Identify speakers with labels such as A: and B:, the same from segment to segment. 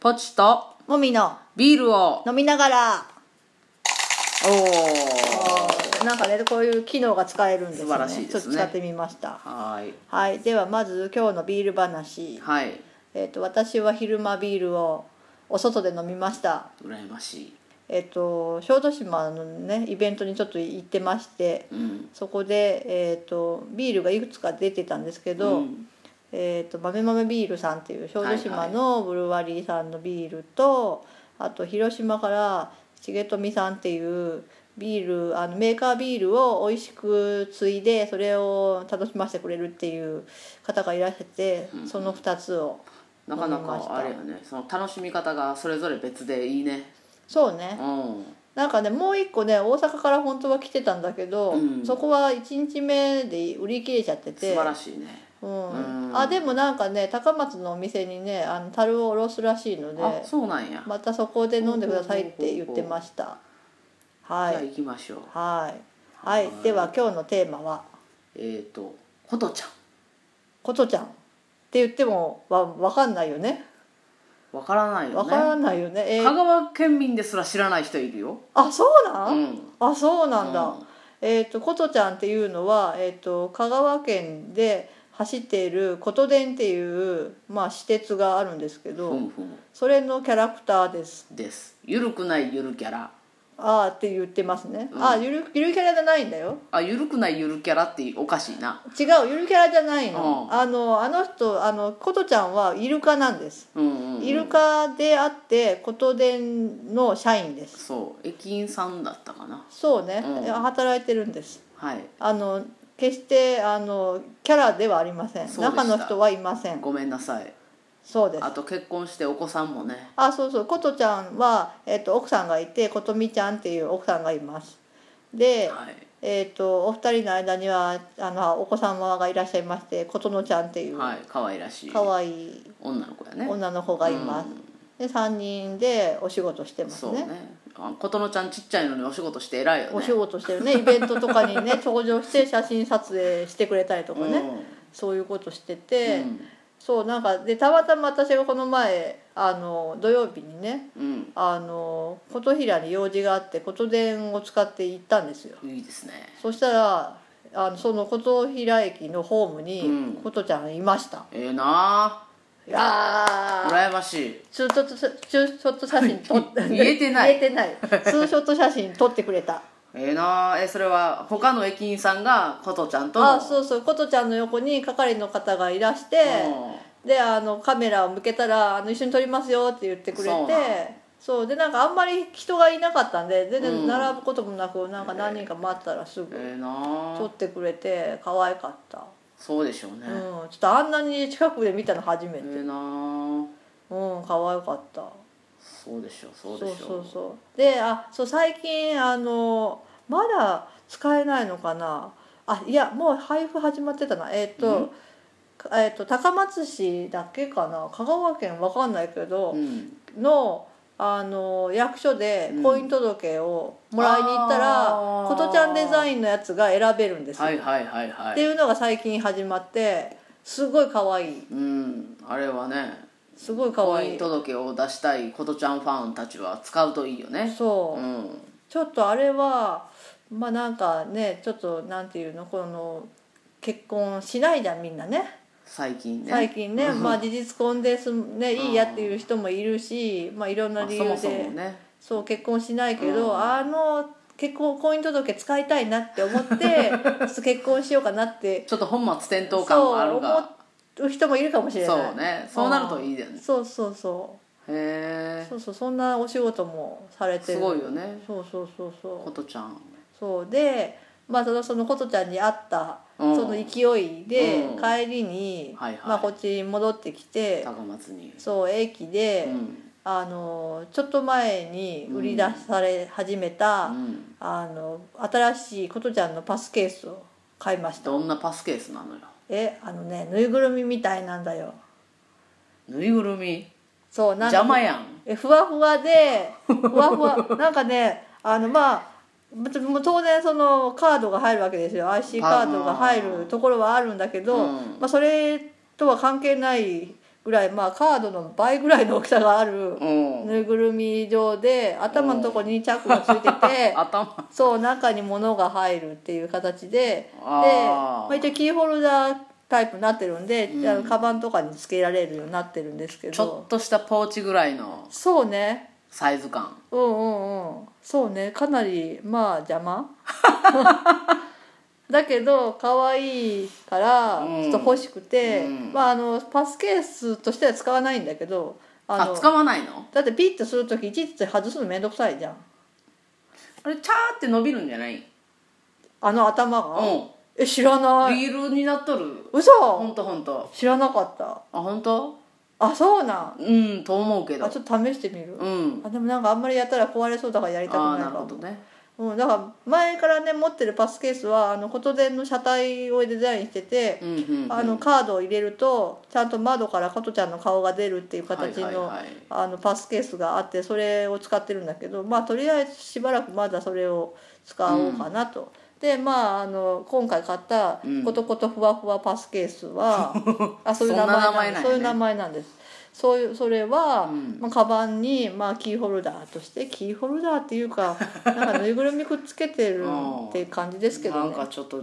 A: ポチと
B: もみの
A: ビールを
B: 飲みながら
A: おお
B: なんかねこういう機能が使えるんですね
A: 素晴らしいですね
B: ちょっと使ってみました
A: はい
B: はいではまず今日のビール話、
A: はい
B: えっと私は昼間ビールをお外で飲みました
A: 羨ましい
B: えっと小豆島のねイベントにちょっと行ってまして
A: うん
B: そこで、えっとビールがいくつか出てたんですけど、
A: うん
B: えー、と豆豆ビールさんっていう小豆島のブルワリーさんのビールと、あと広島から重富さんっていうビールあのメーカービールを美味しく継いでそれを楽しませてくれるっていう方がいらっしゃって、
A: うん
B: その2つを
A: なかな
B: 飲みまし
A: か
B: た
A: あれやねその楽しみ方がそれぞれ別でいいね
B: そうね
A: うん
B: なんかねもう一個ね大阪から本当は来てたんだけど、
A: うん
B: そこは1日目で売り切れちゃって
A: 素
B: て
A: 晴らしいね
B: うん
A: うん
B: あでもなんかね高松のお店にねあの樽を卸すらしいので
A: あそうなんや
B: またそこで飲んでくださいって言ってましたは
A: じゃあ
B: い
A: 行きましょう
B: はいはい
A: はい
B: では今日のテーマは
A: えっとことちゃん
B: 「ことちゃん」って言ってもわ分かんないよね
A: わからないよ
B: 分から
A: ね
B: ないよねえ
A: 香
B: ー
A: 川県民ですら知らない人いるよ
B: あそうな、
A: うんん
B: あそうなんだ、
A: うん
B: えっ、とことちゃんっていうのは、えー、と香川県で走っていること電っていう、まあ、私鉄があるんですけど、
A: ふむふむ
B: それのキャラクターです
A: ですゆるくないゆるキャラ
B: あーって言ってますね、
A: うん
B: あーゆるゆるキャラじゃないんだよ
A: あゆるくないゆるキャラっておかしいな
B: 違うゆるキャラじゃないの、
A: うん
B: あのあの人あのことちゃんはイルカなんです、
A: うんうんうん
B: イルカであってことでんの社員です
A: そう駅員さんだったかな
B: そうね、
A: うん
B: 働いてるんです
A: はい
B: あの決してあのキャラではありません
A: そうでした
B: 中の人はいません
A: ごめんなさい
B: そうです
A: あと結婚してお子さんもね
B: あそうそうことちゃんは、えっと奥さんがいてことみちゃんっていう奥さんがいますで、
A: はい
B: えっとお二人の間にはあのお子様がいらっしゃいましてことのちゃんっていう、
A: はい可愛らしい
B: かわいい
A: 女の子やね
B: 女の子がいます、で3人でお仕事して
A: うん
B: ます
A: そう
B: ね
A: ねあ琴乃ちゃんちっちゃいのにお仕事して偉いよね
B: お仕事してるねイベントとかに ね登場して写真撮影してくれたりとかね、そういうことして
A: うん
B: て、そうなんかでたまたま私がこの前あの土曜日にね
A: うん、
B: あの琴平に用事があって琴電を使って行ったんですよ
A: うん、いいですね
B: そしたらあのその琴平駅のホーム
A: うん
B: に琴ちゃんいました、
A: ええな
B: うやー
A: 羨ましい
B: ツーショットツーショット写真撮っ て
A: 言えてない
B: 言えて ないツーショット写真撮ってくれた
A: ええなえそれは他の駅員さんが琴ちゃんとの
B: あそうそう琴ちゃんの横に係の方がいらして
A: うん
B: であのカメラを向けたらあの「一緒に撮りますよ」って言ってくれて
A: そう
B: そう
A: なん
B: でなんかあんまり人がいなかったんで全
A: うん
B: 然並ぶこともなく、なんか何人か待ったらすぐ
A: ええな
B: 撮ってくれて可愛かった、
A: そうでしょうね、
B: うん、ちょっとあんなに近くで見たの初めて、
A: ええな
B: うん可愛かった
A: そうでしょうそう
B: そう
A: でしょう
B: そうそうであそう最近あのまだ使えないのかなあいやもう配布始まってたなえっ、と,か、えー、と高松市だけかな香川県わかんないけど、
A: うん、
B: のあの役所で
A: うん
B: 婚姻届をもらいに行ったら、
A: あー
B: ことちゃんデザインのやつが選べるんですよ、
A: はいはいはいはい
B: っていうのが最近始まってすごい可愛い
A: うんあれはね
B: すごい可
A: 婚
B: 愛
A: 姻
B: い
A: 届を出したいことちゃんファンたちは使うといいよね
B: そうう、
A: ん
B: ちょっとあれはまあなんかねちょっとなんていうのこの結婚しないじゃんみんなね
A: 最近ね
B: 最近ね、まあ事実婚です、ね、いいやっていう人もいるし、まあ、いろんな
A: まあ
B: 理由
A: そ
B: で
A: もそもね
B: そう結婚しないけど、
A: うん
B: あの結婚婚姻届使いたいなって思 って結婚しようかなって
A: ちょっと本末転倒感
B: そう
A: はある
B: 思
A: が
B: う人もいるかもしれない
A: そうねそうなるといいよね
B: そうそうそ
A: へえ
B: うそうそうそんなお仕事もされてる
A: すごいよね
B: そうそうそうそう
A: ことちゃん
B: そうでまあそのその琴ちゃんに会ったそ
A: うん
B: の勢いで
A: うん
B: 帰りに、
A: はいはい
B: まあ、こっちに戻ってきて
A: 高松に
B: そう駅で、
A: うん
B: あのちょっと前に売り出され始めた、
A: うん
B: あの新しい琴ちゃんのパスケースを買いました
A: どんなパスケースなのよ
B: えあのねぬいぐるみみたいなんだよ
A: ぬいぐるみ
B: そうなんか
A: 邪魔やん
B: えふわふわでふわふわなんかねあのまあもちもう当然そのカードが入るわけですよ IC カードが入るところはあるんだけど、
A: うん
B: まあ、それとは関係ないぐらいまあカードの倍ぐらいの大きさがある
A: うん
B: ぬいぐるみ状で頭のとこにチャックがついてて
A: 頭
B: そう中に物が入るっていう形でで、
A: あー
B: まあ、一応キーホルダータイプになってるんで、
A: うん
B: あのカバンとかにつけられるようになってるんですけ
A: ちょ
B: ど
A: っとしたポーチぐらいの
B: そうね
A: サイズ感
B: うんうんうんそうねかなりまあ邪魔 だけど可愛いから
A: うん
B: ちょっと欲しくて、
A: うん
B: まああのパスケースとしては使わないんだけどあ
A: あ
B: の
A: 使わないの
B: だってピッとする時いちいち外すの面倒くさいじゃん
A: あれチャーって伸びるんじゃない
B: あの頭が、
A: う
B: え知らない
A: んリールになっとるほ
B: 嘘
A: んとほんと
B: 知らなかった
A: あ本当
B: あそうなん
A: うんと思うけ
B: あ
A: ど
B: ちょっと試してみる、
A: うん
B: あでもなんかあんまりやったら壊れそうだからやりたく
A: ああ
B: な
A: な
B: いか
A: る
B: も
A: ほどね
B: うん、だから前からね持ってるパスケースはあの琴電の車体をデザインしてて、
A: うんうんうん
B: あのカードを入れるとちゃんと窓から琴ちゃんの顔が出るっていう形の,、
A: はいはいはい
B: あのパスケースがあってそれを使ってるんだけどまあとりあえずしばらくまだそれを使おうかなと。でまあ、あの今回買った
A: うん
B: 「コトコトふわふわパスケースは」 あそういう名
A: そんな名
B: 前
A: 前
B: なんで
A: なんやね
B: すそういう名前なんですそういうそれは、
A: うん
B: まあ、カバンに、まあ、キーホルダーとしてキーホルダーってい うかなんかぬいぐるみくっつけてるっていう感じですけど
A: な
B: ね
A: んかちょっと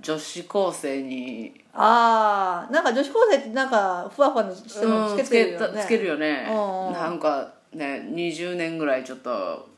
A: 女子高生に
B: ああなんか女子高生ってなんかふわふわのしてるの
A: う
B: つ
A: ん
B: けてるよね、
A: つけたつけるよね
B: うんうん
A: なんかね20年ぐらいちょっと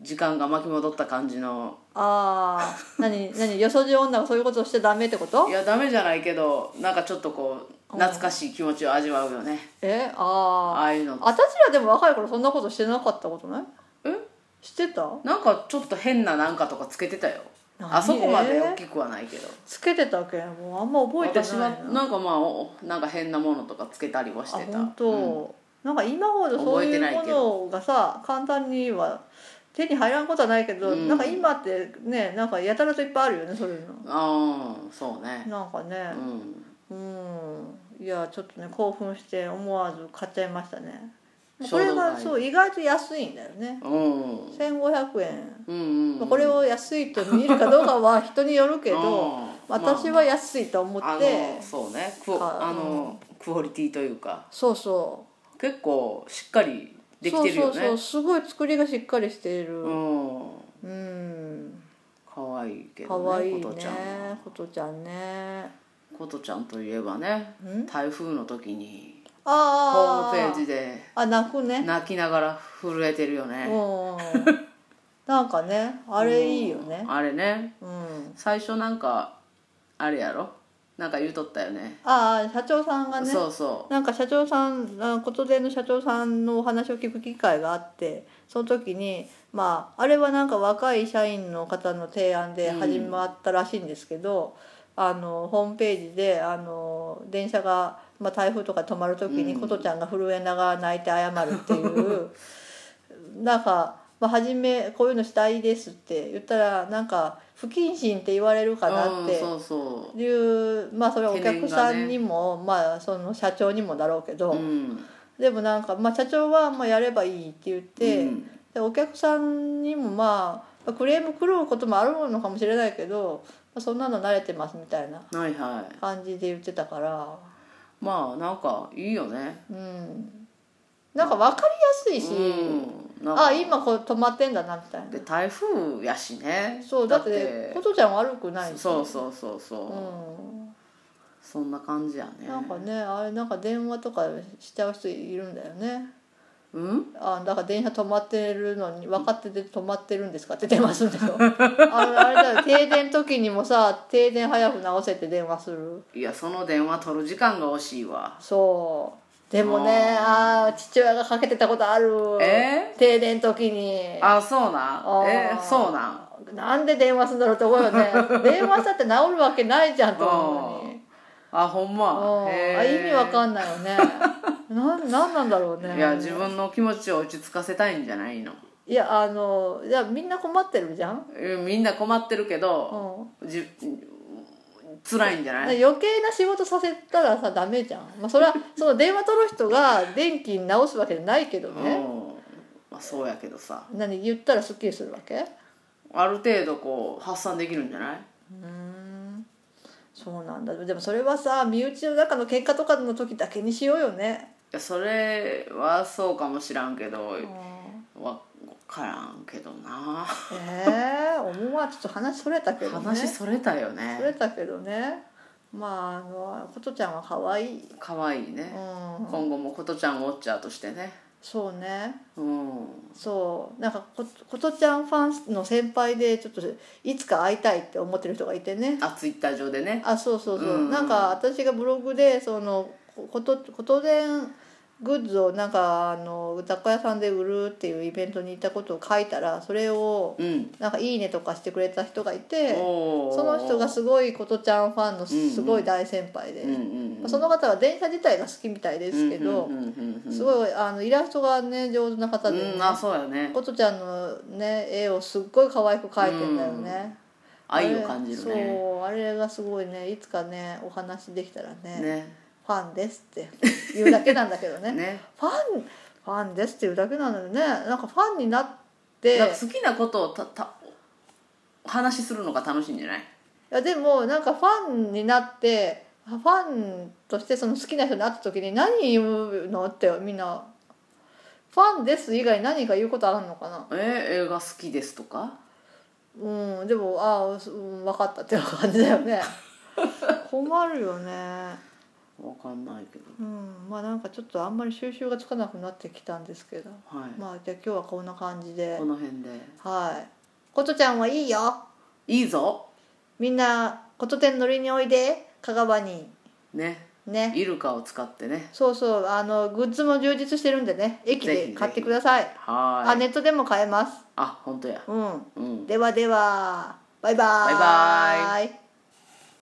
A: 時間が巻き戻った感じの
B: ああ何何よそじ女がそういうことをしちゃダメってこと
A: いやダメじゃないけどなんかちょっとこう懐かしい気持ちを味わうよね
B: えああ
A: ああいうの
B: 私らでも若い頃そんなことしてなかったことない
A: え
B: してた
A: なんかちょっと変ななんかとかつけてたよ
B: 何
A: あそこまで大きくはないけど
B: つけてたけんもうあんま覚えてない
A: 私はなんかまあおなんか変なものとかつけたりはしてた
B: あ本当、
A: うん
B: なんか今ほどそういうものがさ簡単には手に入らんことはないけど、
A: うん
B: なんか今ってねなんかやたらといっぱいあるよねそういうの
A: ああそうね
B: なんか
A: う
B: ね
A: ん
B: うんいやちょっとね興奮して思わず買っちゃいましたねこ
A: 衝
B: れ
A: 動買
B: が
A: い
B: そう意外と安いんだよね
A: うん
B: 1500円、
A: うんうんう
B: まあ
A: ん
B: これを安いと見るかどうかは人によるけど
A: うん
B: 私は安いと思って、
A: まああのそうねクオ
B: か
A: あのクオリティというか
B: そうそう
A: 結構しっかりできてるよね
B: そうそうそうすごい作りがしっかりしている
A: うん
B: うん
A: 可愛いけどね
B: 可愛いね
A: 琴ちゃんは
B: ことちゃんね
A: 琴ちゃんといえばね
B: ん
A: 台風の時にホー
B: ああ
A: ムページで
B: あ泣くね
A: 泣きながら震えてるよ
B: う
A: ね
B: んなんかねあれいいよ
A: う
B: ね
A: んあれね
B: うん
A: 最初なんかあれやろなんか言うとったよね
B: ああ社長さんがね
A: そうそ
B: なんか社長さんあ琴電の社長さんのお話を聞く機会があってその時にまああれはなんか若い社員の方の提案で始まったらしいんですけど、あのホームページであの電車が、まあ、台風とか止まる時に
A: うん
B: 琴ちゃんが震えながら泣いて謝るって いう。なんか、まあ、初めこういうのしたいですって言ったらなんか不謹慎って言われる
A: う
B: かなって、
A: うんそうそ
B: いうまあそれはお客
A: 懸念
B: さ
A: が
B: ん
A: ね
B: にも、まあその社長にもだろうけど、
A: ううん
B: でもなんか、まあ、社長はまあやればいいって言って、
A: うん
B: でお客さんにもまあクレーム来ることもあるのかもしれないけど、まあ、そんなの慣れてますみたいな
A: はいはい
B: 感じで言ってたから
A: まあなんかいいよね
B: うんなんか分かりやすいし、
A: うんなんか
B: あ今こう止まってんだなみたい
A: で
B: な
A: 台風やしね
B: そうだって琴ちゃん悪くないし
A: そうそうそうそう、
B: うん
A: そんな感じやね
B: なんかねあれなんか電話とかしちゃう人いるんだよね
A: うん
B: あだから電車止まってるのに分かってて止まってるんですかって電話するんでし ょあのあれだよ停電の時にもさ停電早く直せって電話する
A: いやその電話取る時間が惜しいわ
B: そうでもねああー父親がかけてたことある
A: え
B: 停電の時に
A: あそうな
B: あ
A: ん
B: ー
A: えそうなん
B: なんで電話するんだろうって思うよ ね電話したって治るわけないじゃんと思うのに
A: あほんま
B: うん
A: へー
B: あ意味わかんないよ ねなんなんなんだろうね
A: いや自分の気持ちを落ち着かせたいんじゃないの
B: いやあのいやみんな困ってるじゃん、
A: えみんな困ってるけ
B: う
A: ど、
B: ん、
A: じ辛いんじゃない
B: 余計な仕事させたらさダメじゃん、まあ、それは その電話取る人が電気に直すわけじゃないけど
A: う
B: ね、
A: んまあ、そうやけどさ
B: 何言ったらすっきりするわけ
A: ある程度こう発散できるんじゃない
B: うんそうなんだでもそれはさ身内の中の喧嘩とかの時だけにしようよね
A: やそれはそうかもしらんけど
B: うん
A: わ分からんけどな
B: ええ思わずちょっと話それたけどね
A: 話それたよね
B: それたけどねまああの琴ちゃんは可愛い
A: 可愛いね、
B: うん
A: 今後も琴ちゃんウォッチャーとしてね
B: そうね
A: うん
B: そうなんかこことちゃんファンの先輩でちょっといつか会いたいって思ってる人がいてね
A: あツイッター上でね
B: あそうそうそう、
A: うん
B: なんか私がブログでそのこことことでんグッズをなんかあの雑貨屋さんで売るっていうイベントに行ったことを書いたらそれを
A: うん
B: なんか「いいね」とかしてくれた人がいて
A: そ
B: その人がすごいことちゃんファンのすごい大先輩で、
A: うんうんうん
B: その方は電車自体が好きみたいですけど、
A: うんうんうんうん
B: すごいあのイラストがね上手な方でね、
A: うんあそうやね
B: ことちゃんのね絵をすっごい可愛く描いてんだよね、
A: 愛を感じる
B: あれ
A: ね
B: そうあれがすごいねいつかねお話できたらね
A: ね
B: ファンです」って言うだけなんだけど ね
A: ね
B: ファンファンですっていうだけなのよねなんかファンになっ
A: なん
B: て
A: か好きなことをたた話するのが楽しいんじゃない
B: いやでもなんかファンになってファンとしてその好きな人に会った時に何言うのってみんな「ファンです」以外何か言うことあるのかな
A: えー映画好きですとか
B: うんでもああ、そうん、分かったって感じだよね 困るよね
A: わかんないけど
B: うんまあなんかちょっとあんまり収集がつかなくなってきたんですけど
A: はい
B: まあじゃあ今日はこんな感じで
A: この辺で
B: はいことちゃんはいいよ
A: いいぞ
B: みんなことてん乗りにおいで香川に
A: ね
B: ね
A: イルカを使ってね
B: そうそうあのグッズも充実してるんでね駅
A: ぜひぜ
B: で
A: ひ
B: 買ってください
A: は
B: あ
A: ーい
B: ネットでも買えます
A: あ本当や
B: うん
A: うん
B: ではではバイバーイ
A: バイバ
B: イ